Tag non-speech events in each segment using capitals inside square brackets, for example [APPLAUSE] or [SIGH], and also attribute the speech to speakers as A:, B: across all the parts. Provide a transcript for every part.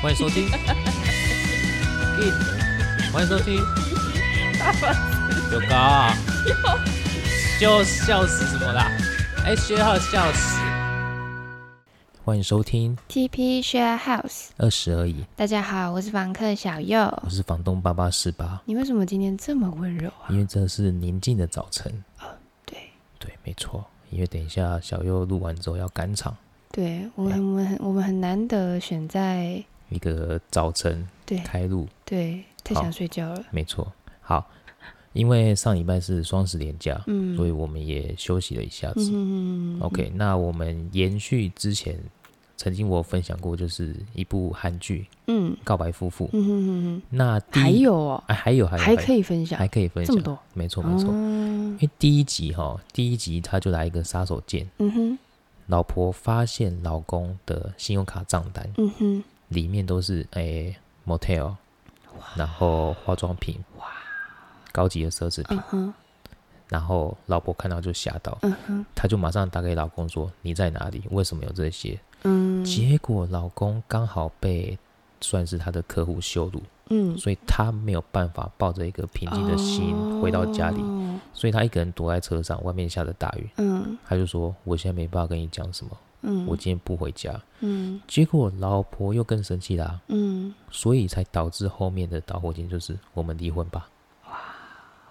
A: 欢迎收 [LAUGHS] 听。欢迎收听。有高啊！就笑死什么啦？哎，学号笑死。欢迎收听
B: TP Share House，
A: 二十而已，
B: 大家好，我是房客小右
A: 我。是房东八八四八，
B: 你为什么今天这么温柔啊？
A: 因为这是宁静的早晨。
B: 对，
A: 对，没错，因为等一下小右录完之后要赶场，
B: 对我很我们很我们很难得选在
A: 一个早晨
B: 对
A: 开录，
B: 对，太
A: 好
B: 想睡觉了。
A: 没错。好，因为上礼拜是双十连假，
B: 嗯，
A: 所以我们也休息了一下子。
B: 嗯
A: OK，那我们延续之前曾经我分享过，就是一部韩剧
B: 嗯
A: 《告白夫妇》
B: 嗯嗯嗯，
A: 那第一
B: 还、有哦，
A: 啊、还有还有
B: 还可
A: 以
B: 以分享
A: 还可以分
B: 这
A: 享
B: 么，多，
A: 没错没错。
B: 嗯
A: 因为第一集哈，第一集他就来一个杀手锏，
B: 嗯哼
A: 老婆发现老公的信用卡账单
B: 嗯哼，
A: 里面都是诶、motel，然后化妆品，高级的奢侈品
B: 嗯，哼
A: 然后老婆看到就吓到，
B: 嗯哼
A: 她就马上打给老公说你在哪里？为什么有这些？
B: 嗯
A: 结果老公刚好被算是他的客户羞辱，
B: 嗯，
A: 所以他没有办法抱着一个平静的心回到家里，
B: 哦
A: 所以他一个人躲在车上，外面下着大雨，
B: 嗯
A: 他就说我现在没办法跟你讲什么，
B: 嗯，
A: 我今天不回家。
B: 嗯
A: 结果老婆又更生气啦、
B: 嗯
A: 所以才导致后面的导火线就是我们离婚吧。哇，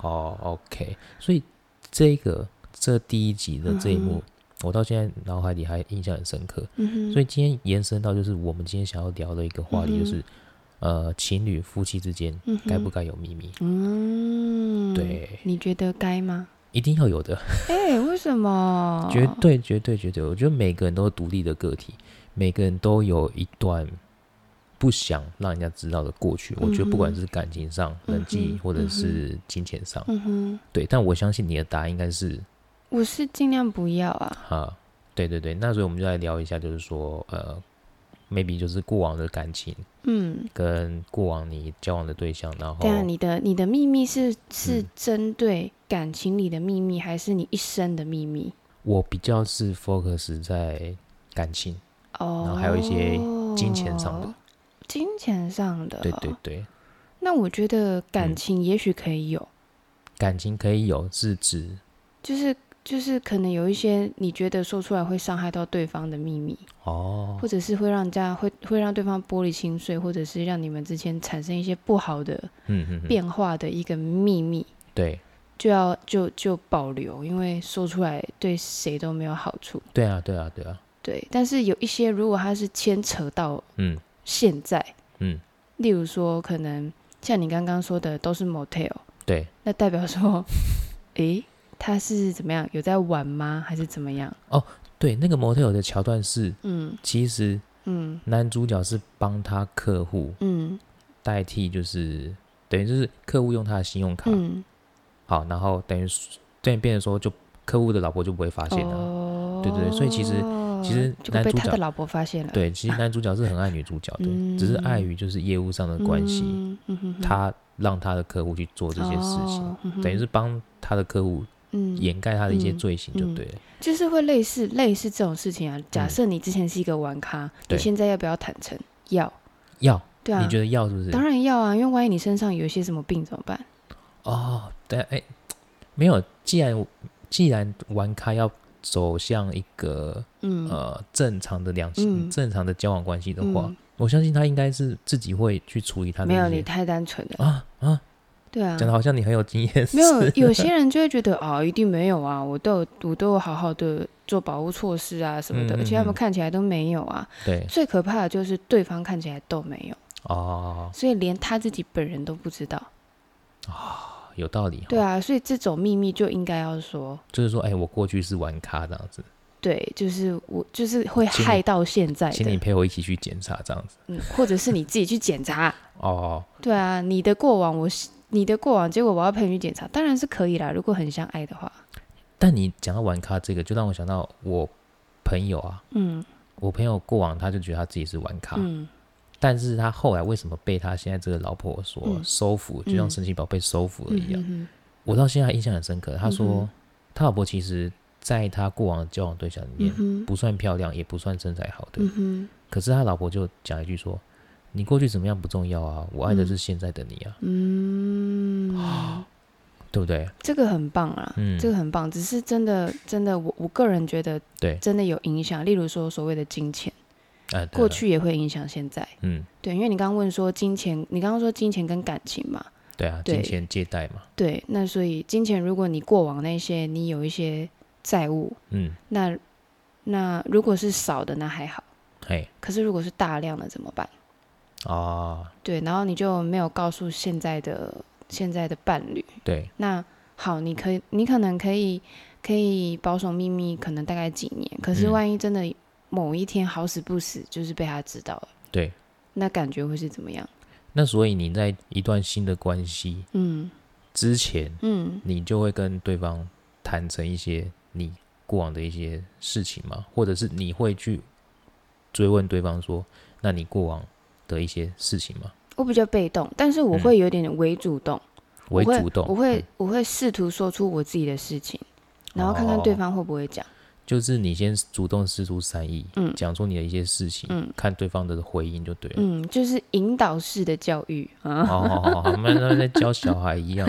A: 哦，OK，所以这个这第一集的这一幕，我到现在脑海里还印象很深刻。
B: 嗯哼，
A: 所以今天延伸到就是我们今天想要聊的一个话题，就是、呃情侣夫妻之间
B: 嗯
A: 该不
B: 哼
A: 该有秘密？
B: 嗯，
A: 对，
B: 你觉得该吗？
A: 一定要有的，
B: [LAUGHS] 哎、为什么？
A: 绝对绝对绝对。我觉得每个人都是独立的个体，每个人都有一段。不想让人家知道的过去，我觉得不管
B: 嗯哼
A: 是感情上、人
B: 嗯
A: 际
B: 哼
A: 或者
B: 嗯哼
A: 是金钱上，
B: 嗯哼，
A: 对，但我相信你的答案应该是
B: 我是尽量不要啊。
A: 哈，对对对。那所以我们就来聊一下，就是说，呃，maybe 就是过往的感情
B: 嗯，
A: 跟过往你交往的对象，然后
B: 对啊，你的你的秘密是是
A: 嗯
B: 针对感情里的秘密，还是你一生的秘密？
A: 我比较是 focus 在感情，
B: 哦，
A: 然后还有一些金钱上的，
B: 金钱上的，
A: 对对。对，
B: 那我觉得感
A: 嗯
B: 情也许可以有，
A: 感情可以有，是指
B: 就是就是可能有一些你觉得说出来会伤害到对方的秘密，
A: 哦
B: 或，者是会让人家会会让对方玻璃心碎，或者是让你们之间产生一些不好的
A: 嗯嗯嗯，
B: 变化的一个秘密，
A: 对
B: 就要就就保留，因为说出来对谁都没有好处。
A: 对啊对啊对啊，
B: 对，但是有一些如果它是牵扯到
A: 嗯
B: 现在，
A: 嗯，
B: 例如说可能像你刚刚说的都是 motel，
A: 对，
B: 那代表说，诶，他是怎么样？有在玩吗？还是怎么样？
A: 对，那个模特有的桥段是，
B: 嗯
A: 其实
B: 嗯
A: 男主角是帮他客户
B: 嗯
A: 代替，就是等于就是客户用他的信用卡，
B: 嗯，
A: 好，然后等于是等于变成说就客户的老婆就不会发现啊了、
B: 哦
A: 对对对所以其实其实
B: 就
A: 男
B: 被
A: 主
B: 他
A: 角
B: 的老婆发现了，
A: 对，其实男主角是很爱女主角的，
B: 嗯
A: 只是碍于就是业务上的关系，
B: 嗯，嗯哼哼
A: 他让他的客户去做这些事情，
B: 哦嗯哼
A: 等于是帮他的客户
B: 嗯
A: 掩盖他的一些
B: 嗯
A: 罪行就对了。
B: 就是会类似类似这种事情啊。假设你之前是一个玩咖，
A: 嗯对
B: 你现在要不要坦诚？要，
A: 要、
B: 对啊
A: 你，觉得要是不是？
B: 当然要啊，因为万一你身上有一些什么病怎么办？
A: 哦，对，哎，没有，既然既然玩咖要走向一个
B: 嗯，
A: 呃正常的两性、
B: 嗯
A: 正常的交往关系的话，
B: 嗯，
A: 我相信他应该是自己会去处理他的
B: 没有，
A: 一些
B: 你太单纯了，
A: 啊啊，
B: 对啊
A: 讲，的好像你很有经验似
B: 没有
A: 的。，
B: 有些人就会觉得啊、一定没有啊，我都有我都有好好的做保护措施啊什么的，
A: 嗯嗯
B: 而且他
A: 嗯
B: 们看起来都没有啊。
A: [LAUGHS] 对
B: 最可怕的就是对方看起来都没有，
A: 哦，
B: 所以连他自己本人都不知道。
A: 有道理。
B: 对，啊，所以这种秘密就应该要说。
A: 就是说，哎，我过去是玩咖这样子，
B: 对，就是我，就是会
A: 请你
B: 害到现在
A: 请你
B: 的，
A: 陪我一起去检查这样子。
B: 嗯，或者是你自己去
A: [LAUGHS]
B: 检查。
A: 哦，
B: 对啊，你的过往我是你的过往，结果我要陪你去检查，当然是可以啦。如果很相爱的话，
A: 但你讲到玩咖这个，就让我想到我朋友啊，
B: 嗯
A: 我朋友过往他就觉得他自己是玩咖，
B: 嗯
A: 但是他后来为什么被他现在这个老婆所
B: 嗯
A: 收服，就像
B: 嗯
A: 神奇宝贝收服了
B: 嗯
A: 一样，
B: 嗯
A: 我到现在还印象很深刻。他说，
B: 嗯
A: 他老婆其实在他过往的交往对象里面，
B: 嗯哼
A: 不算漂亮，也不算身材好的，
B: 嗯哼
A: 可是他老婆就讲一句说：“你过去怎么样不重要啊，我爱的
B: 嗯
A: 是现在的你啊，
B: 嗯，
A: 对不对？
B: 这个很棒啊，
A: 哦嗯
B: 这个很棒。只是真的，真的，我我个人觉得
A: 对，
B: 真的有影响。例如说所谓的金钱，
A: 哎，对
B: 过
A: 了，
B: 去也会影响现在。
A: 嗯，
B: 对，因为你刚刚问说金钱，你刚刚说金钱跟感情嘛，
A: 对啊，
B: 对
A: 金钱借贷嘛，
B: 对，那所以金钱，如果你过往那些你有一些债务，
A: 嗯，
B: 那那如果是少的那还好，
A: 嘿，
B: 可是如果是大量的怎么办？
A: 啊，
B: 对，然后你就没有告诉现在的现在的伴侣，
A: 对，
B: 那好，你可以你可能可以可以保守秘密，可能大概几年，可是
A: 嗯
B: 万一真的某一天好死不死就是被他知道了，
A: 对，
B: 那感觉会是怎么样？
A: 那所以你在一段新的关系
B: 嗯
A: 之前，
B: 嗯
A: 你就会跟对方谈成一些你过往的一些事情嘛，或者是你会去追问对方说，那你过往的一些事情嘛，
B: 我比较被动，但是我
A: 嗯
B: 会有点为主动。
A: 为
B: 我会
A: 主动，
B: 我会
A: 嗯
B: 我会试图说出我自己的事情，然后看看
A: 哦
B: 对方会不会讲。
A: 就是你先主动试出善意，
B: 嗯
A: 讲出你的一些事情，
B: 嗯
A: 看对方的回应就对了。
B: 嗯，就是引导式的教育啊。
A: 好好好好，我们都在教小孩一样，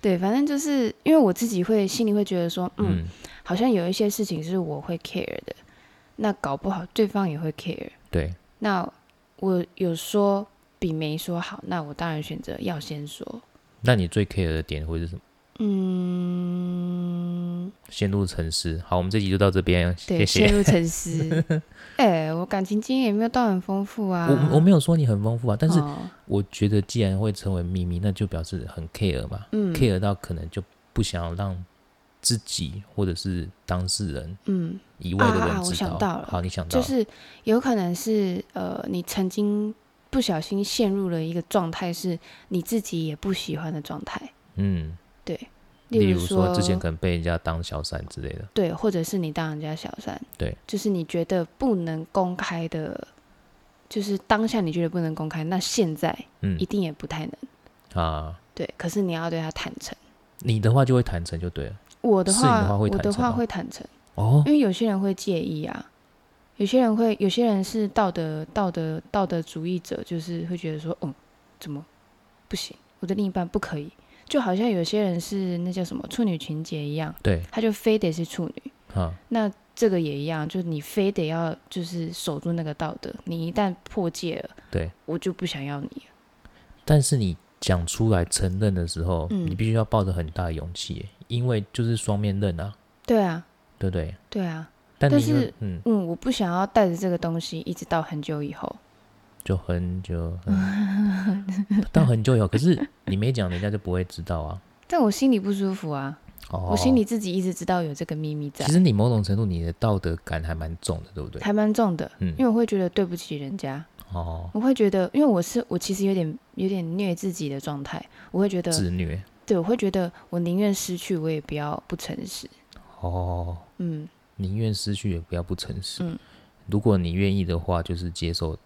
B: 对，反正就是因为我自己会心里会觉得说，嗯，
A: 嗯，
B: 好像有一些事情是我会 care 的，那搞不好对方也会 care。
A: 对，
B: 那我有说比没说好，那我当然选择要先说。
A: 那你最 care 的点会是什么？
B: 嗯，
A: 陷入沉思。好，我们这集就到这边，
B: 对，
A: 谢
B: 陷
A: 谢。
B: 入沉
A: [LAUGHS]
B: 思。哎、我感情经验也没有到很丰富啊。
A: 我我没有说你很丰富啊，但是
B: 哦
A: 我觉得既然会成为秘密，那就表示很 care 嘛、
B: 嗯
A: c a r e 到可能就不想要让自己或者是当事人
B: 嗯，
A: 以外的
B: 啊啊
A: 人
B: 啊我
A: 知道。
B: 想到了
A: 好，你想到
B: 就
A: 了，
B: 是有可能是呃，你曾经不小心陷入了一个状态，是你自己也不喜欢的状态，
A: 嗯，
B: 对。
A: 例
B: 如
A: 如说之前可能被人家当小三之类的，
B: 对，或者是你当人家小三，
A: 对，
B: 就是你觉得不能公开的，就是当下你觉得不能公开，那现在
A: 嗯
B: 一定也不太能，
A: 啊，
B: 对。可是你要对他坦诚。
A: 你的话就会谈成就对了。
B: 我的
A: 是你的
B: 话，
A: 话会
B: 我
A: 坦
B: 的
A: 诚
B: 话
A: 吗
B: 会坦诚，
A: 哦，
B: 因为有些人会介意啊，有些人会，有些人是道德道德道德主义者，就是会觉得说，哦，怎么不行？我的另一半不可以，就好像有些人是那叫什么处女情节一样，
A: 对，
B: 他就非得是处女。
A: 啊，
B: 那这个也一样，就你非得要就是守住那个道德，你一旦破戒了，
A: 对，
B: 我就不想要你了。
A: 但是你讲出来承认的时候，
B: 嗯
A: 你必须要抱着很大的勇气耶，因为就是双面刃啊，
B: 对啊，
A: 对不对？
B: 对啊，
A: 但
B: 但
A: 你因为
B: 是
A: 嗯，
B: 嗯，我不想要带着这个东西一直到很久以后。
A: 就很久，嗯到很 [LAUGHS] 久有，可是你没讲，人家就不会知道
B: [LAUGHS]
A: 啊。
B: 但我心里不舒服啊，
A: 哦，
B: 我心里自己一直知道有这个秘密在
A: 其。实你某种程度你的道德感还蛮重的，对不对？
B: 还蛮重的，
A: 嗯
B: 因，为我会觉得对不起人家，
A: 哦，
B: 我会觉得，因为我是我其实有点有点虐自己的状态，我会觉得，
A: 自虐，
B: 对，我会觉得我宁愿失去，我也不要不诚实，
A: 哦，
B: 嗯
A: 宁愿失去也不要不诚实。
B: 嗯
A: 如果你愿意的话，就是接受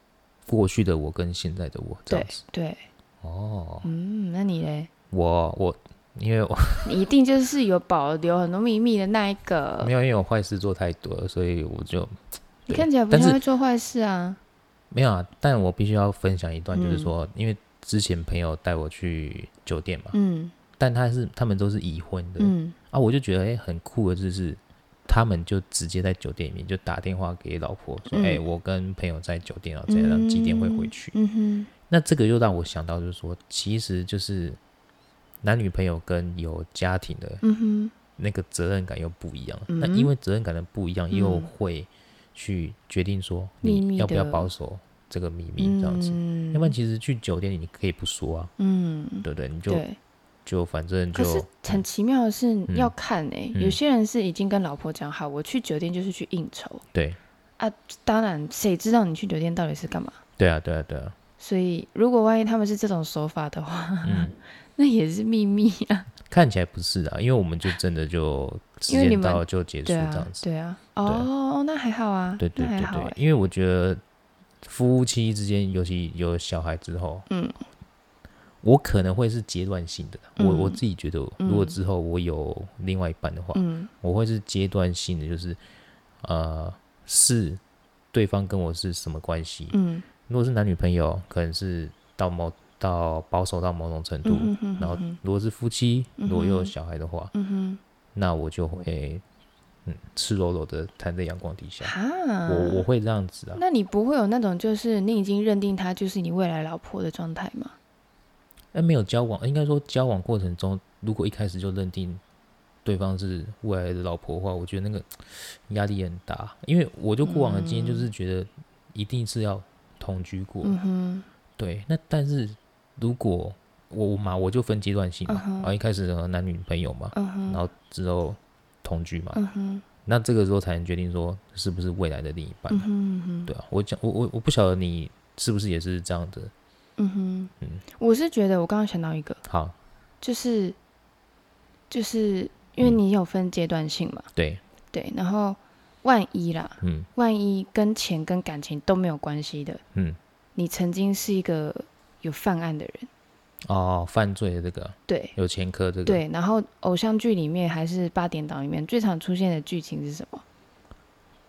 A: 过去的我跟现在的我这样子。
B: 对，
A: 哦，
B: 嗯，那你嘞，
A: 我我因为我
B: 你一定就是有保留很多秘密的那一个
A: 没，有因为我坏事做太多了，所以我就
B: 你
A: 对
B: 看起来不
A: 但
B: 像
A: 是
B: 会做坏事啊，
A: 没有啊。但我必须要分享一段，就是
B: 嗯
A: 说，因为之前朋友带我去酒店嘛，
B: 嗯
A: 但他是他们都是已婚的，
B: 嗯
A: 啊，我就觉得哎、诶很酷的就是，他们就直接在酒店里面就打电话给老婆说，哎、
B: 嗯
A: 我跟朋友在酒店啊，怎样怎样几点会回去？
B: 嗯哼，
A: 那这个又让我想到，就是说，其实就是男女朋友跟有家庭的
B: 嗯哼，
A: 那个责任感又不一样。
B: 嗯
A: 那因为责任感的不一样，
B: 嗯
A: 又会去决定说
B: 秘
A: 你
B: 密
A: 要不要
B: 的
A: 保守这个秘密这样子。
B: 嗯，
A: 要不然其实去酒店你可以不说啊，
B: 嗯，
A: 对不对？你就
B: 对，
A: 就反正
B: 可
A: 就是
B: 很奇妙的是
A: 嗯
B: 要看哎、
A: 嗯
B: 有些人是已经跟老婆讲好，我去酒店就是去应酬。啊
A: 对
B: 当然，谁知道你去酒店到底是干嘛？
A: 对啊对啊对啊，
B: 所以，如果万一他们是这种手法的话， [LAUGHS]
A: 嗯。
B: 那也是秘密啊。
A: 看起来不是啊，因为我们就真的就时
B: 因为你
A: 间
B: 们
A: 到就结束这
B: 对啊
A: 样，子。
B: 对啊。
A: 啊
B: 哦，那还好啊，
A: 对对
B: 那
A: 对
B: 还好
A: 对
B: 哎，。
A: 因为我觉得夫妻之间，尤其有小孩之后，
B: 嗯，
A: 我可能会是阶段性的。我我
B: 嗯
A: 自己觉得，
B: 嗯
A: 如果之后我有另外一半的话，
B: 嗯
A: 我会是阶段性的，就是呃，是对方跟我是什么关系，
B: 嗯
A: 如果是男女朋友，可能是到某到保守到某种程度；
B: 嗯哼哼
A: 然后
B: 哼哼
A: 如果是夫妻，如果又有
B: 嗯哼
A: 小孩的话，
B: 嗯
A: 那我就会嗯赤裸裸的摊在阳光底
B: 哼，
A: 下。
B: 哈，
A: 我我会这样子啊，
B: 那你不会有那种就是你已经认定她就是你未来老婆的状态吗？
A: 但哎没有交往，应该说交往过程中，如果一开始就认定对方是未来的老婆的话，我觉得那个压力很大，因为我就过往的经验就是觉得一定是要同居过，
B: 嗯哼，
A: 对。那但是如果我我嘛，我就分阶段性嘛，
B: 嗯哼
A: 然后一开始可能男女朋友嘛，
B: 嗯哼，
A: 然后之后同居嘛，
B: 嗯哼，
A: 那这个时候才能决定说是不是未来的另一半
B: 嗯，哼，嗯哼，
A: 对啊。我讲我我我不晓得你是不是也是这样的，
B: 嗯哼，
A: 嗯
B: 我是觉得我刚刚想到一个，
A: 好，
B: 就是就是因为
A: 嗯
B: 你有分阶段性嘛，
A: 对，
B: 对，然后万一啦，
A: 嗯
B: 万一跟钱跟感情都没有关系的，
A: 嗯，
B: 你曾经是一个有犯案的人，
A: 哦，犯罪的这个。
B: 对
A: 有前科这个，
B: 对，然后偶像剧里面还是八点档里面最常出现的剧情是什么？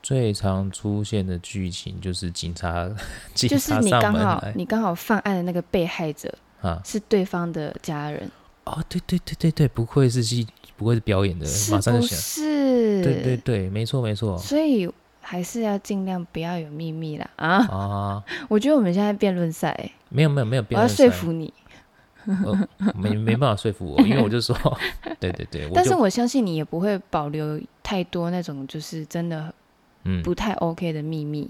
A: 最常出现的剧情就是警察，警
B: 就是
A: 察
B: 你
A: 上
B: 刚
A: 门
B: 好
A: 来
B: 你刚好犯案的那个被害者
A: 啊，
B: 是对方的家人，
A: 哦，对对对对对，不愧是戏，不愧是表演的，
B: 是
A: 马上
B: 不
A: 就想，
B: 是？
A: 对对哦对，没错没错
B: 所以还是要尽量不要有秘密啦啊！
A: 啊，
B: [LAUGHS] 我觉得我们现在辩论赛欸，
A: 没有没有没有
B: 我
A: 辩
B: 要
A: 论
B: 说
A: 赛，
B: 服你，
A: 没没办法说服我，因为我就说， [LAUGHS] 对对对，我
B: 但是
A: 就
B: 我相信你也不会保留太多那种就是真的
A: 嗯，
B: 不太 OK 的秘密，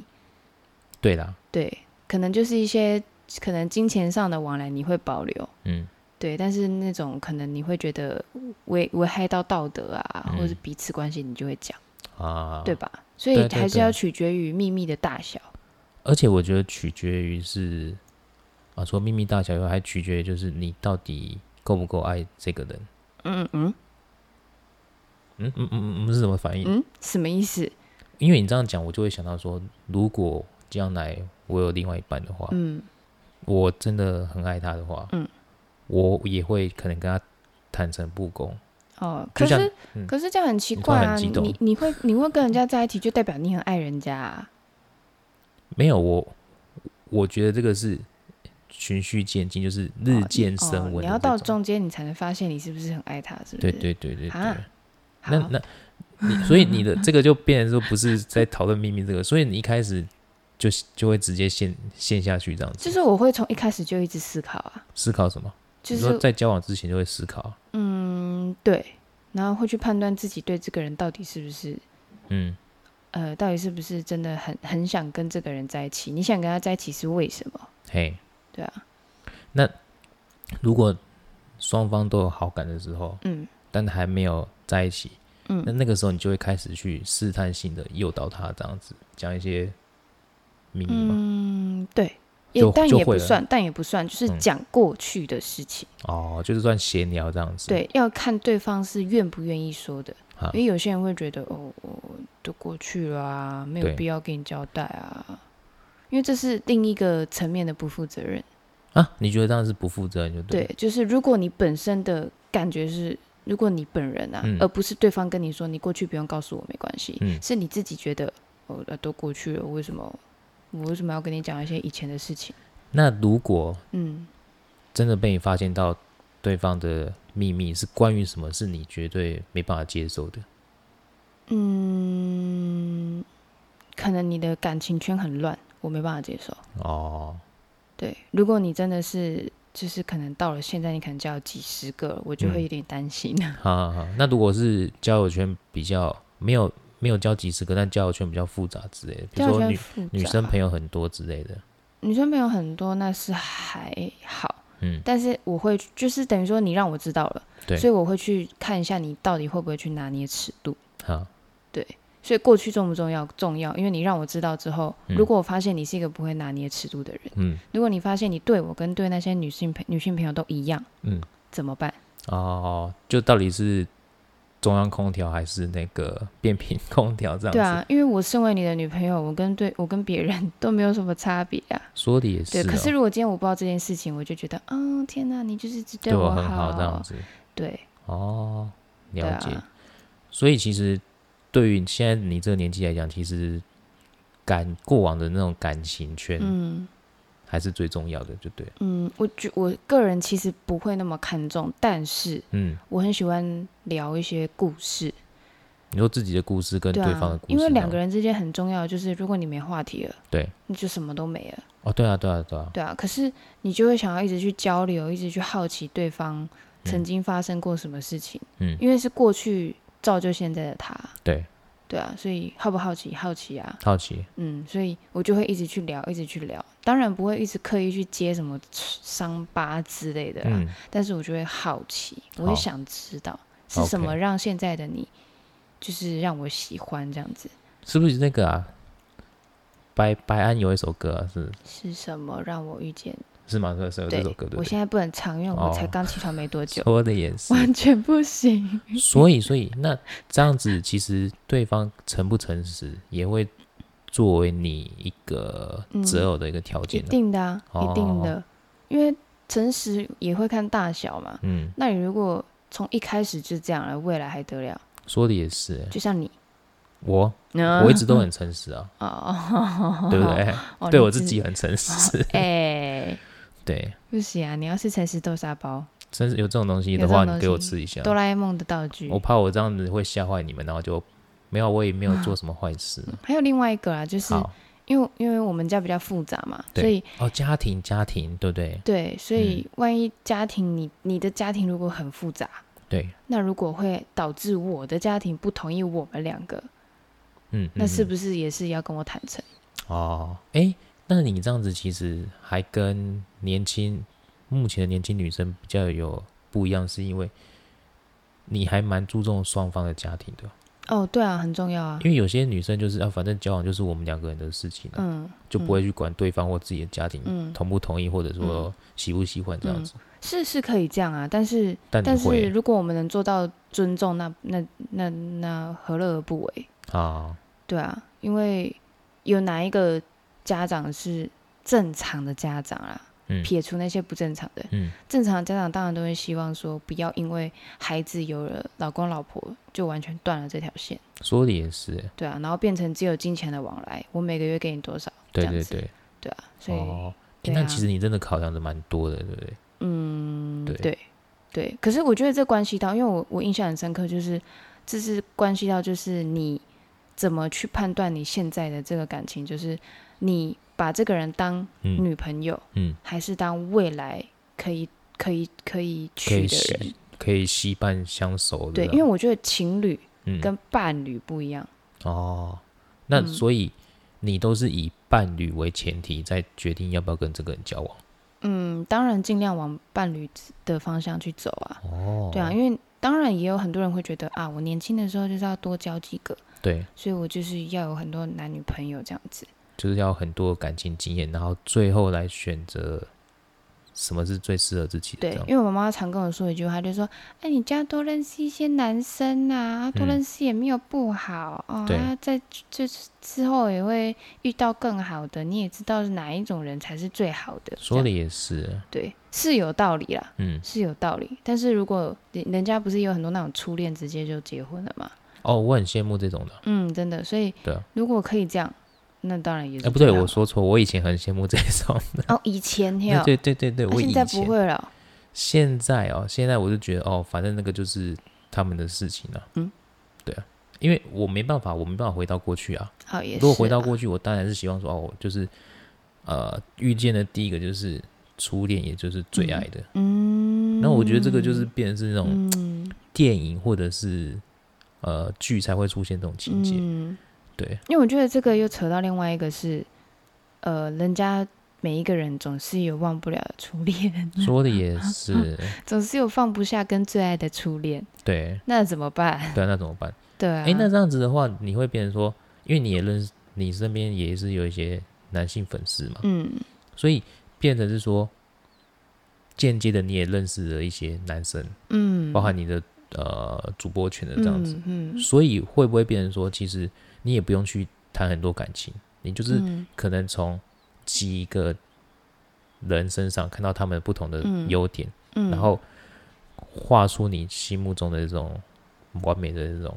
A: 对啦，
B: 对，可能就是一些可能金钱上的往来你会保留。
A: 嗯
B: 对，但是那种可能你会觉得危危害到道德啊，
A: 嗯
B: 或者是彼此关系，你就会讲，
A: 啊，
B: 对，吧？所以
A: 对对
B: 还是
A: 对
B: 要取决于秘密的大小。
A: 而且我觉得取决于是啊，除了秘密大小以外，还取决于就是你到底够不够爱这个人，
B: 嗯嗯
A: 嗯嗯嗯嗯，是什么反应？
B: 嗯，什么意思？
A: 因为你这样讲，我就会想到说，如果将来我有另外一半的话，
B: 嗯
A: 我真的很爱他的话，
B: 嗯，
A: 我也会可能跟他坦诚不公。
B: 哦，
A: 就
B: 可
A: 像
B: 是、
A: 嗯
B: 可是这样很奇
A: 你突然
B: 怪
A: 很
B: 啊！
A: 激
B: 你
A: 动
B: 你你会你会跟人家在一起，就代表你很爱人家、
A: [LAUGHS]
B: 啊。
A: 没有我，我觉得这个是循序渐进，就是日渐
B: 哦
A: 升，温、
B: 你要到，中间你才能发现你是不是很爱他，是不
A: 对
B: 是？
A: 对对对对。
B: 啊
A: 那
B: 好，
A: 那你所以你的这个就变成说不是在讨论秘密这个，所以你一开始就就会直接陷陷下去这样子。
B: 就是我会从一开始就一直思考啊，
A: 思考什么？
B: 就
A: 你说
B: 是
A: 在交往之前就会思考，
B: 嗯对，然后会去判断自己对这个人到底是不是
A: 嗯
B: 呃，到底是不是真的很很想跟这个人在一起？你想跟他在一起是为什么？
A: 嘿，
B: 对啊，
A: 如果双方都有好感的时候，
B: 嗯
A: 但还没有在一起，那
B: 嗯
A: 那个时候你就会开始去试探性的诱导他这样子讲一些秘密嘛。
B: 嗯，对，也
A: 就
B: 但
A: 就
B: 也
A: 会
B: 不
A: 了
B: 算，但也不算，就是
A: 嗯
B: 讲过去的事情。
A: 哦，就是算闲聊这样子。，
B: 对，要看对方是愿不愿意说的，
A: 啊
B: 因为有些人会觉得哦，我都过去了啊，没
A: 对
B: 有必要跟你交代啊，因为这是另一个层面的不负责任。
A: 啊，你觉得这样是不负责任就
B: 对
A: 了，
B: 就是如果你本身的感觉是，如果你本人啊，
A: 嗯
B: 而不是对方跟你说你过去不用告诉我没关系，
A: 嗯
B: 是你自己觉得哦，呃都过去了，为什么我为什么要跟你讲一些以前的事情？
A: 那如果
B: 嗯，
A: 真的被你发现到对方的秘密是关于什么，是你绝对没办法接受的，
B: 嗯可能你的感情圈很乱，我没办法接受。
A: 哦，
B: 对，如果你真的是就是可能到了现在，你可能就要几十个了，我就
A: 嗯
B: 会有点担心。啊
A: 好好好。那如果是交友圈比较没有没有交几十个，但交友圈比较复杂之类的，比
B: 这
A: 如
B: 样
A: 说女
B: 就很复杂
A: 女生朋友很多之类的，
B: 女生朋友很多，那是还好。
A: 嗯
B: 但是我会就是等于说你让我知道了，
A: 对
B: 所以我会去看一下你到底会不会去拿捏尺度。
A: 好，
B: 所以过去重不重要？重要，因为你让我知道之后，
A: 嗯
B: 如果我发现你是一个不会拿捏尺度的人，
A: 嗯
B: 如果你发现你对我跟对那些女性朋女性朋友都一样，
A: 嗯。
B: 怎么办？
A: 哦，就到底是中央空调还是那个变频空调这样子？
B: 对啊，因为我身为你的女朋友，我跟对我 [LAUGHS] 跟别人都没有什么差别啊。
A: 说的也是、
B: 对，
A: 哦，
B: 可是如果今天我不知道这件事情，我就觉得，哦，天哪，你就是只
A: 对
B: 我
A: 我很好这样子。
B: 对，
A: 哦，
B: 对
A: 了解。
B: 啊，
A: 所以其实对于现在你这个年纪来讲，其实感过往的那种感情圈，
B: 嗯，
A: 还是最重要的，就对了。
B: 嗯，我觉我个人其实不会那么看重，但是
A: 嗯，
B: 我很喜欢聊一些故事，
A: 你说自己的故事跟对
B: 对
A: 方的
B: 啊
A: 故，事，
B: 因为两个
A: 人
B: 人之间很重要的就是，如果你没话题了，
A: 对，
B: 你就什么都没了，
A: 哦，对啊，对啊，对啊，
B: 对啊。可是你就会想要一直去交流，一直去好奇对方曾经发生过什么事情，
A: 嗯
B: 因为是过去造就现在的他，
A: 对，
B: 对啊，所以好不好奇？好奇啊，
A: 好奇，
B: 嗯，所以我就会一直去聊，一直去聊，当然不会一直刻意去接什么伤疤之类的啦，
A: 嗯，
B: 但是我就会好奇，我
A: 好
B: 会想知道是什
A: OK
B: 么让现在的你，就是让我喜欢这样子，
A: 是不是那个啊？白白安有一首歌、啊、是
B: 是什么让我遇见？
A: 是吗？是是呃有这首歌对不
B: 我
A: 对？
B: 现在不能唱，因为我才
A: 哦
B: 刚起床没多久，
A: 说的也 [LAUGHS] 是，
B: 完全不行。
A: 所以所以那这样子，其实对方诚不诚实也会作为你一个
B: 嗯
A: 择偶的一个条
B: 一
A: 件、啊
B: 定的啊，
A: 哦
B: 一定的，因为诚实也会看大小嘛。
A: 嗯，
B: 那你如果从一开始就这样了，未来还得了？
A: 说的也是、欸
B: 就像你，
A: 我
B: 嗯
A: 我一直都很诚实啊，
B: 哦，
A: 对不 [LAUGHS] 对？
B: 哦？
A: 对
B: 你
A: 我自
B: 自
A: 己很诚实，
B: 哎、
A: [LAUGHS] 对，
B: 不行啊！你要是诚实豆沙包，
A: 真是有这种东西
B: 有
A: 的
B: 这
A: 话，
B: 种
A: 你
B: 东
A: 给我
B: 西
A: 吃一下，
B: 哆啦 A 梦的道具
A: 啊我。怕我这样子会吓坏你们，然后就没有，我也没有做什么坏事啊。
B: 还有另外一个啊，嗯就是
A: 好，
B: 因为因为我们家比较复杂嘛，
A: 对嗯
B: 所以
A: 哦，家庭家庭，对不对？
B: 对，所以万一家庭你你的家庭如果很复杂，
A: 对，
B: 那如果会导致我的家庭不同意我们两个，
A: 嗯，
B: 那是
A: 嗯
B: 不是也是要跟我坦诚？
A: 嗯哦，哎，那你这样子其实还跟年轻目前的年轻女生比较有不一样，是因为你还蛮注重双方的家庭的，
B: 哦，对啊，很重要啊。
A: 因为有些女生就是啊，反正交往就是我们两个人的事情啊，
B: 嗯
A: 就不会去管对方或自己的家庭
B: 嗯，
A: 同不同意，或者说喜不喜欢这样子。
B: 是是可以这样啊，但是
A: 但
B: 但
A: 你
B: 是
A: 会
B: 如果我们能做到尊重，那那那那何乐而不为？
A: 啊，
B: 对啊，因为有哪一个家长是正常的家长啊？
A: 嗯
B: 撇除那些不正常的，
A: 嗯，
B: 正常的家长当然都会希望说，不要因为孩子有了老公老婆就完全断了这条线，
A: 说的也是，
B: 对啊，然后变成只有金钱的往来，我每个月给你多少，
A: 对
B: 这样
A: 对
B: 子
A: 对。
B: 对啊，所以、
A: 哦，诶
B: 对
A: 那
B: 啊
A: 其实你真的考量的蛮多的，对不对？
B: 嗯，
A: 对
B: 对对，可是我觉得这关系到，因为我我印象很深刻，就是这是关系到就是你怎么去判断你现在的这个感情，就是你把这个人当
A: 嗯
B: 女朋友，
A: 嗯，
B: 还是当未来可以可以可以
A: 可
B: 娶
A: 以
B: 的人。
A: 吸可以吸伴相熟的
B: 对，
A: 啦，
B: 因为我觉得情侣
A: 嗯
B: 跟伴侣不一样，
A: 哦，那
B: 嗯
A: 所以你都是以伴侣为前提，在决定要不要跟这个人交往
B: 嗯，当然尽量往伴侣的方向去走啊，
A: 哦，
B: 对啊，因为当然也有很多人会觉得啊，我年轻的时候就是要多交几个，
A: 对，
B: 所以我就是要有很多男女朋友这样子，
A: 就是要很多感情经验，然后最后来选择什么是最适合自己的
B: 对
A: 这，样
B: 因为我妈妈常跟我说一句话，就说，哎，你家多认识一些男生啊，多
A: 嗯
B: 认识也没有不好、啊，
A: 对
B: 啊，在就是之后也会遇到更好的，你也知道是哪一种人才是最好的，这
A: 说
B: 样
A: 的也是，
B: 对，是有道理啦，
A: 嗯，
B: 是有道理，但是如果人人家不是也有很多那种初恋直接就结婚了嘛，
A: 哦，我很羡慕这种的。
B: 嗯，真的，所以
A: 对啊
B: 如果可以这样，那当然也是
A: 哎，不对，
B: 最好
A: 我说错，我以前很羡慕这种的。
B: 哦，以前
A: [LAUGHS] 对
B: 呀，
A: 对对对对，
B: 啊
A: 我以
B: 现
A: 前
B: 在不会了，
A: 现在哦，现在我就觉得哦，反正那个就是他们的事情啊。
B: 嗯，
A: 对啊，因为我没办法，我没办法回到过去啊。
B: 好也是啊。
A: 如果回到过去，我当然是希望说哦，我就是呃遇见的第一个就是初恋，也就是最爱的。
B: 嗯，
A: 那、我觉得这个就是变成是那种
B: 嗯
A: 电影或者是呃剧才会出现这种情节。
B: 嗯，
A: 对，
B: 因为我觉得这个又扯到另外一个是，呃，人家每一个人总是有忘不了的初恋， [LAUGHS]
A: 说的也是，
B: 总是有放不下跟最爱的初恋，
A: 对
B: 那怎么办？
A: 对啊，那怎么办？
B: 对啊，
A: 哎、那这样子的话，你会变成说，因为你也认识，你身边也是有一些男性粉丝嘛。
B: 嗯
A: 所以变成是说，间接的你也认识了一些男生，
B: 嗯，
A: 包含你的呃主播群的哦这样子，
B: 嗯，嗯
A: 所以会不会变成说，其实你也不用去谈很多感情，你就是
B: 嗯
A: 可能从几个人身上看到他们不同的
B: 嗯
A: 优点，
B: 嗯，
A: 然后画出你心目中的这种完美的这种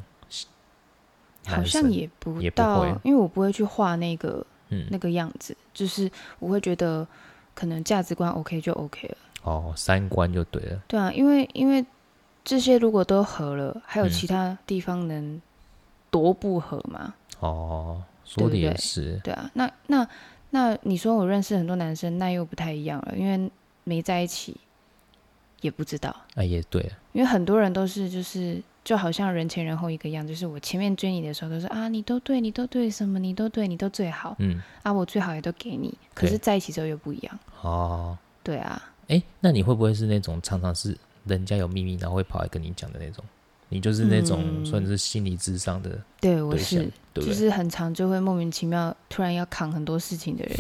B: 好
A: 男
B: 像
A: 生
B: 也不
A: 也不
B: 到，
A: 会
B: 因为我不会去画那个
A: 嗯
B: 那个样子，就是我会觉得，可能价值观 OK 就 OK 了。
A: 哦，三观就对了，
B: 对啊，因为因为这些如果都合了，还有
A: 嗯
B: 其他地方能多不合吗？
A: 哦，说的
B: 对对
A: 也
B: 对
A: 是，
B: 对啊，那那那你说我认识很多男生，那又不太一样了，因为没在一起也不知道，
A: 哎，也对，
B: 因为很多人都是就是就好像人前人后一个样，就是我前面追你的时候都是啊你都对你都对什么你都对你都最好
A: 嗯，
B: 啊我最好也都给你，可
A: 对
B: 是在一起之后又不一样，
A: 哦，
B: 对啊，
A: 哎，那你会不会是那种常常是人家有秘密，然后会跑来跟你讲的那种？你就是那种
B: 嗯
A: 算是心理智商的
B: 对我
A: 对象，
B: 是
A: 对不
B: 就
A: 对？
B: 是很常就会莫名其妙突然要扛很多事情的人，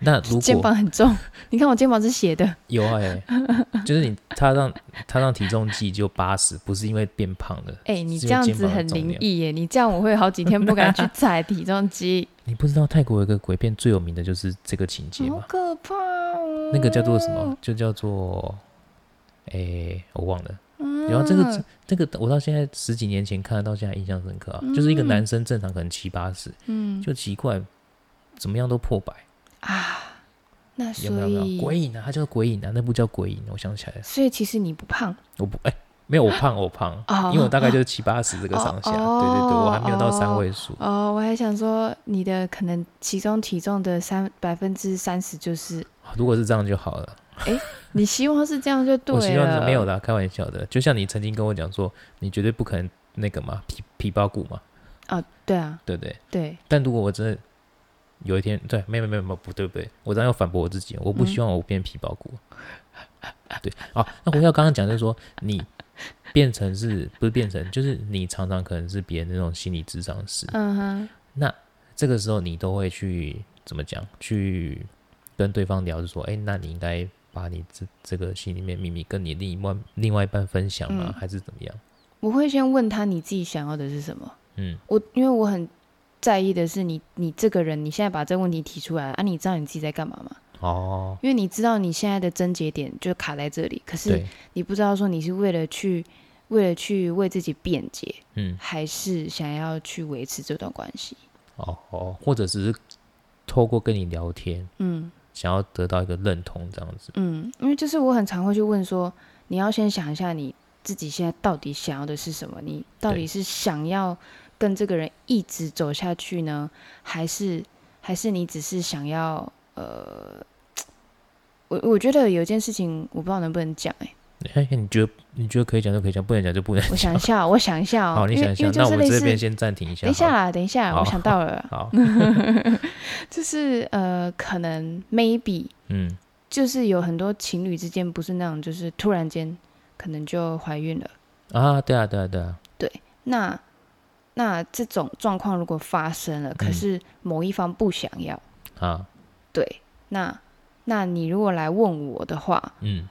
A: 那如
B: 肩
A: 果
B: 膀很重，你看我肩膀是
A: [LAUGHS]
B: 斜的，
A: 有
B: [LAUGHS]
A: 哎、就是你他让他让体重计就八十，不是因为变胖了，
B: 哎、你
A: 是
B: 这
A: 因为
B: 样
A: 肩
B: 子
A: 膀的
B: 很
A: 重
B: 灵
A: 量。
B: 异耶！你这样我会好几天不敢
A: [LAUGHS]
B: 去踩体重机，
A: 你不知道泰国有一个鬼片最有名的就是这个情节
B: 好
A: 吗？
B: 可怕哦！
A: 那个叫做什么？？就叫做，诶，我忘了。
B: 嗯
A: 然后这个这个，我到现在十几年前看，到现在印象深刻啊。就是一个男生正常可能七八十，
B: 嗯
A: 就奇怪，怎么样都破百，
B: 啊，那所
A: 有没有？
B: 以
A: 有没有鬼影啊，他叫鬼影啊，那部叫鬼影，我想起来了，
B: 所以其实你不胖
A: 我不哎、没有我胖我胖，
B: 哦
A: 因为我大概就是七八十这个上下，
B: 哦
A: 对对对，我还没有到
B: 哦
A: 三位数。
B: 哦，我还想说你的可能其中体重的三百分之三十就是
A: 如果是这样就好了，
B: 你希望是这样就对了，
A: 我希望是没有啦，开玩笑的。就像你曾经跟我讲说，你绝对不可能那个嘛，皮皮包骨嘛，
B: 啊？对啊，
A: 对不对？
B: 对，
A: 但如果我真的有一天，对，没有没有没有，不对不对，我这样要反驳我自己，我不
B: 嗯
A: 希望我变皮包骨。 [LAUGHS] 对，哦，那回到刚刚讲，就是说你变成是不是变成，就是你常常可能是别人那种心理智障师，
B: 嗯哼，
A: 这个时候你都会去怎么讲？去跟对方聊，就说，哎、那你应该把你这这个心里面秘密跟你另一半另外一半分享吗？
B: 嗯
A: 还是怎么样？
B: 我会先问他你自己想要的是什么。
A: 嗯，
B: 我因为我很在意的是你，你这个人，你现在把这个问题提出来啊，你知道你自己在干嘛吗？
A: 哦，
B: 因为你知道你现在的症结点就卡在这里，可是
A: 对，
B: 你不知道说你是为了去为了去为自己辩解，
A: 嗯，
B: 还是想要去维持这段关系。
A: 哦哦，或者只是透过跟你聊天，
B: 嗯
A: 想要得到一个认同，这样子。
B: 嗯，因为就是我很常会去问说，你要先想一下你自己现在到底想要的是什么，你到
A: 对
B: 底是想要跟这个人一直走下去呢，还是还是你只是想要呃，我我觉得有一件事情我不知道能不能讲哎、
A: 哎、你觉得你觉得可以讲就可以讲，不能讲就不能 [LAUGHS]
B: 我
A: 讲。
B: 想一下哦，我想一下
A: [LAUGHS]
B: 哦，
A: 好，你
B: 因
A: 想
B: 为
A: 一
B: 因
A: 下，那
B: 为就是
A: 我
B: 类
A: 这
B: 似
A: 边先暂停一下。
B: 等一下
A: 好
B: 啦，等一下，
A: 好
B: 我想到了，
A: [LAUGHS] 好，
B: [LAUGHS] 就是呃，可能 maybe
A: 嗯，
B: 就是有很多情侣之间不是那种，就是突然间可能就怀孕了。
A: 啊，对啊，对啊，对啊，
B: 那那这种状况如果发生了，可是某一方不想要，
A: 啊，
B: 对，那那你如果来问我的话，
A: 嗯，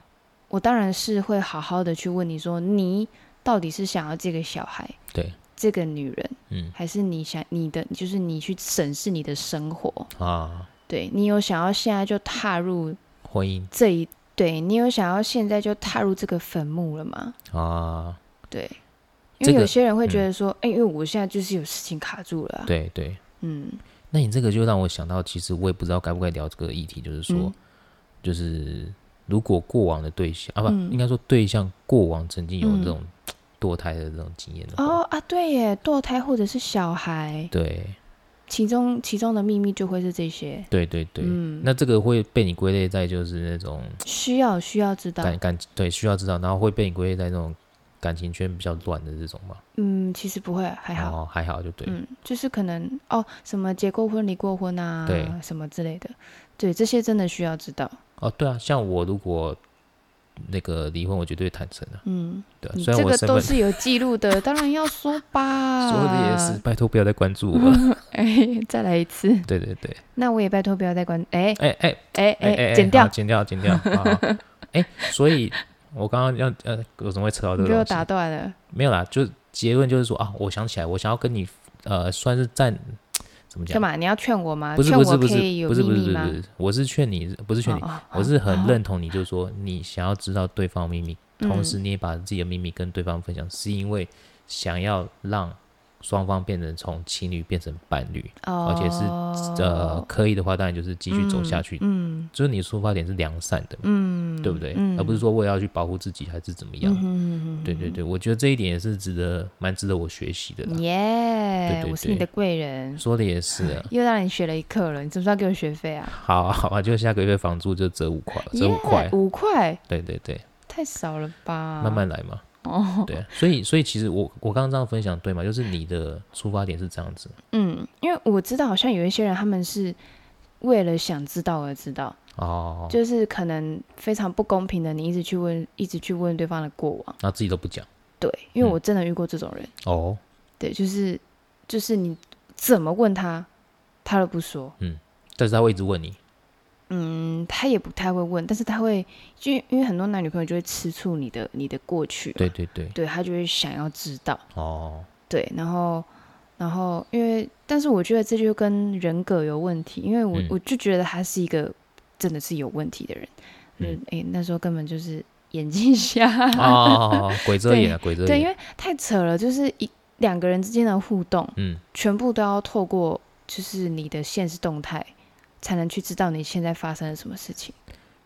B: 我当然是会好好的去问你说，你到底是想要这个小孩，
A: 对，
B: 这个女人，
A: 嗯，
B: 还是你想你的，就是你去审视你的生活，
A: 啊，
B: 对你有想要现在就踏入
A: 婚姻
B: 这一，对你有想要现在就踏入这个坟墓了吗？
A: 啊，
B: 对，因
A: 这
B: 为
A: 个嗯
B: 有些人会觉得说，哎、因为我现在就是有事情卡住了、啊，
A: 对对。
B: 嗯，
A: 那你这个就让我想到，其实我也不知道该不该聊这个议题，就是说，
B: 嗯
A: 就是如果过往的对象啊不，
B: 嗯
A: 应该说对象过往曾经有
B: 嗯
A: 这种堕胎的这种经验的话，
B: 哦啊，对耶，堕胎或者是小孩，
A: 对
B: 其中其中的秘密就会是这些，
A: 对对对，
B: 嗯，
A: 那这个会被你归类在就是那种
B: 需要需要知道，
A: 感感对需要知道，然后会被你归类在那种感情圈比较乱的这种嘛。
B: 嗯，其实不会，还好，
A: 哦，还好就对。
B: 嗯，就是可能哦，什么结过婚、离过婚啊，
A: 对
B: 什么之类的，对，这些真的需要知道，
A: 哦，对啊，像我如果那个离婚，我绝对坦诚啊。
B: 嗯，
A: 对啊，
B: 你
A: 虽然
B: 这
A: 我
B: 个
A: 身
B: 都
A: 份
B: 是有记录的，当然要说吧，
A: 说的也
B: 啊
A: 是，，拜托不要再关注
B: [LAUGHS]
A: 我了。
B: 哎，再来一次，
A: 对对对，
B: 那我也拜托不要再关，哎
A: 哎哎
B: 哎
A: 哎哎，哎
B: 剪掉
A: 好，剪掉，剪掉。好好
B: [LAUGHS]
A: 哎，所以我刚刚要呃，我怎么会扯到这
B: 你
A: 个
B: 被我
A: 东西？
B: 打断了，
A: 没有啦，就结论就是说啊，我想起来，我想要跟你呃，算是站怎么讲
B: 干？嘛？你要劝我吗？
A: 不是
B: 劝
A: 不
B: 我
A: 是不
B: 可
A: 是
B: 以有
A: 不是不
B: 秘
A: 是
B: 密
A: 不是
B: 吗
A: 不？是，我是劝你，不是劝你，
B: 哦
A: 我是很
B: 哦
A: 认同你，就是说你想要知道对方秘密，同
B: 嗯
A: 时你也把自己的秘密跟对方分享，是因为想要让双方变成从情侣变成伴侣，
B: 哦，
A: 且是呃，可以的话，当然就是继续走下去。
B: 嗯
A: 就是你的出发点是良善的，
B: 嗯，
A: 对不对？
B: 嗯
A: 而不是说我也要去保护自己还是怎么样。
B: 嗯哼
A: 对对对，我觉得这一点也是值得蛮值得我学习的啦。对
B: 耶
A: 对，
B: 我是你
A: 对
B: 的贵人，
A: 说的也是啊，
B: 又让你学了一课了，你知不知道给我学费啊？
A: 好啊好啊，就下个月房租就折五块，折
B: 耶
A: 五块，
B: 五块
A: 对对对，
B: 太少了吧？
A: 慢慢来嘛。
B: 啊哦，
A: 对啊，所以所以其实我我刚刚这样分享对吗？就是你的出发点是这样子，
B: 嗯，因为我知道好像有一些人他们是为了想知道而知道，
A: 哦，
B: 就是可能非常不公平的，你一直去问，一直去问对方的过往。
A: 那自己都不讲
B: 对，因为
A: 嗯
B: 我真的遇过这种人，
A: 哦，
B: 对，就是就是你怎么问他，他都不说，
A: 但是他会一直问你，
B: 嗯，他也不太会问，但是他会，就因为很多男女朋友就会吃醋你的你的过去，
A: 对，对对，
B: 对他就会想要知道，
A: 哦，
B: 对，然后然后因为，但是我觉得这就跟人格有问题，因为我、
A: 嗯
B: 我就觉得他是一个真的是有问题的人，嗯，
A: 嗯
B: 哎、那时候根本就是眼睛瞎， [LAUGHS]
A: 哦，鬼遮眼啊，鬼遮
B: 对，因
A: 眼，
B: 为太扯了，就是一两个人之间的互动，
A: 嗯，
B: 全部都要透过就是你的现实动态，才能去知道你现在发生了什么事情。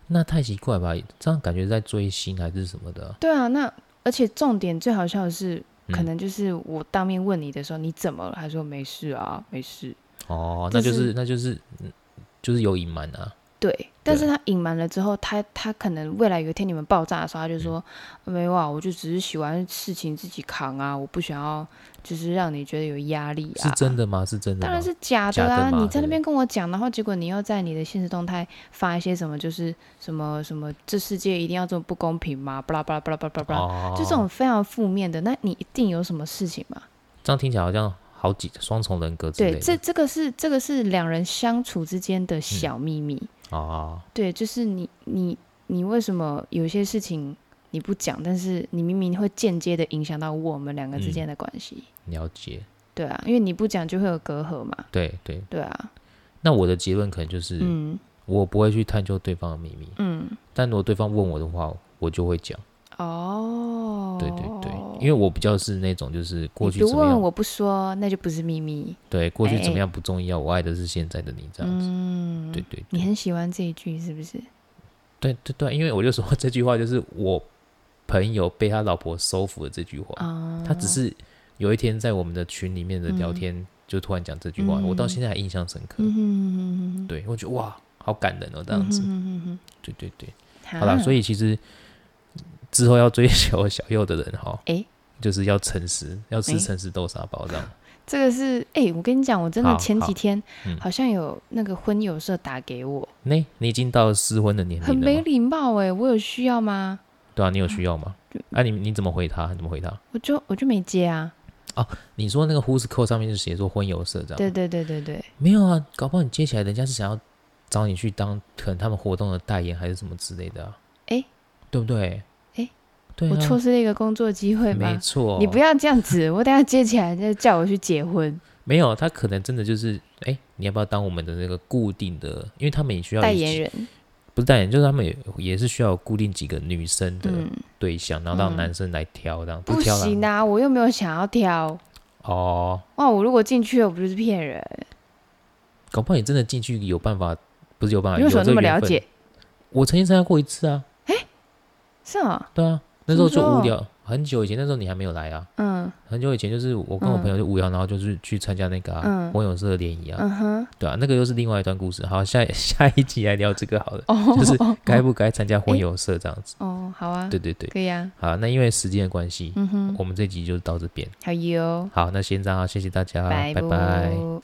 A: 那太奇怪吧？这样感觉在追星还是什么的啊，
B: 对啊，那而且重点最好笑的是，
A: 嗯
B: 可能就是我当面问你的时候，你怎么了？他说没事啊，没事。
A: 哦，那就
B: 就是
A: 是那就是嗯就是有隐瞒啊，
B: 对，但是他隐瞒了之后，他他可能未来有一天你们爆炸的时候，他就说、
A: 嗯
B: 没有啊，我就只是喜欢事情自己扛啊，我不想要就是让你觉得有压力啊。
A: 是真的吗？是真的
B: 当
A: 吗
B: 然？是假
A: 假
B: 的
A: 的
B: 啊！
A: 嘛
B: 你
A: 对
B: 在
A: 不
B: 那
A: 对
B: 边跟我讲，然后结果你又在你的现实动态发一些什么，就是什么什么，这世界一定要这么不公平吗？巴拉巴拉巴拉巴拉巴拉，
A: 哦，
B: 就这种非常负面的，那你一定有什么事情嘛？
A: 这样听起来好像好几双重人格之类
B: 对，
A: 的，嗯
B: 这这个是这个是两人相处之间的小秘密。
A: 哦，
B: 对，就是你你你为什么有些事情你不讲，但是你明明会间接的影响到我们两个之
A: 嗯
B: 间的关系？
A: 了解，
B: 对啊，因为你不讲就会有隔阂嘛。
A: 对对。
B: 对啊，
A: 那我的结论可能就是，
B: 嗯
A: 我不会去探究对方的秘密，
B: 嗯，
A: 但如果对方问我的话，我就会讲。
B: 哦，
A: 对对对，因为我比较是那种就是过去
B: 你
A: 怎
B: 不
A: 么
B: 问
A: 样，
B: 我不说，那就不是秘密。
A: 对过去
B: 哎
A: 怎么
B: 哎
A: 样不重要，我爱的是现在的你这样子。
B: 嗯，
A: 对对
B: 你
A: 对
B: 很喜欢这一句是不是？
A: 对对对，因为我就说这句话就是我朋友被他老婆收服的这句话，
B: 啊、
A: 他只是有一天在我们的群里面的聊
B: 嗯
A: 天就突然讲这句话，我到
B: 嗯
A: 现在还印象深刻。
B: 嗯哼，
A: 对，我觉得哇，好感人哦，这样子。
B: 嗯哼哼啊
A: 对对对，
B: 哼哼
A: 好啦，所
B: 以
A: 以其实之后要追求小右的人哈，
B: 诶
A: 就是要诚实，要吃
B: 诶
A: 诚实豆沙包这样。
B: 这个是哎、我跟你讲，我真的
A: 好
B: 前几
A: 好
B: 天
A: 嗯
B: 好像有那个婚友社打给我，
A: 那、你已经到了失婚的年
B: 很
A: 龄了
B: 没
A: 吗，
B: 礼貌哎、我有需要吗？
A: 对啊，你有需要吗？
B: 嗯
A: 啊，你你怎么回他？你怎么回他？
B: 我就我就没接啊。
A: 你说那个 Who's Call 上面就写说婚友社这样，
B: 对对对对对，
A: 没有啊，搞不好你接起来，人家是想要找你去当可能他们活动的代言还是什么之类的、啊，
B: 诶
A: 对不对？
B: 诶
A: 对、啊，
B: 我错失了一个工作机会
A: 没
B: 吗？
A: 错，
B: 你不要这样子，我等下接起来就叫我去结婚，
A: 没有，他可能真的就是，哎，你要不要当我们的那个固定的？因为他们也需要
B: 代
A: 一
B: 言
A: 些，
B: 人，
A: 不是代言人，就是他们也也是需要有固定几个女生的
B: 嗯，
A: 对象，然后让男生来挑，这样
B: 不
A: 是挑啦
B: 行啊，我又没有想要挑。
A: 哦，
B: 哇，我如果进去了，我不就是骗人？
A: 搞不好你真的进去有办法，不啊是有办法，
B: 你为什么
A: 这
B: 那么
A: 个缘
B: 了
A: 分？
B: 解？
A: 我曾经参加过一次啊，
B: 是啊，
A: 对啊，那时候就
B: 什么时候
A: 无聊，很久以前，那时候你还没有来啊，
B: 嗯
A: 很久以前就是我跟我朋友就无聊，然后就是去参加那个啊
B: 嗯
A: 网友社的联谊啊，
B: 嗯哼，
A: 对啊，那个又是另外一段故事。好，下下一 [LAUGHS] 集来聊这个好了，
B: 哦，
A: 就是该不该参加婚友社这样子。
B: 哦，好啊，
A: 对对对，
B: 可以啊，
A: 好，那因为时间的关系，
B: 嗯哼，
A: 我们这集就到这边。
B: 好哟，
A: 好，那先这样啊，谢谢大家，
B: 拜
A: 拜拜
B: 啵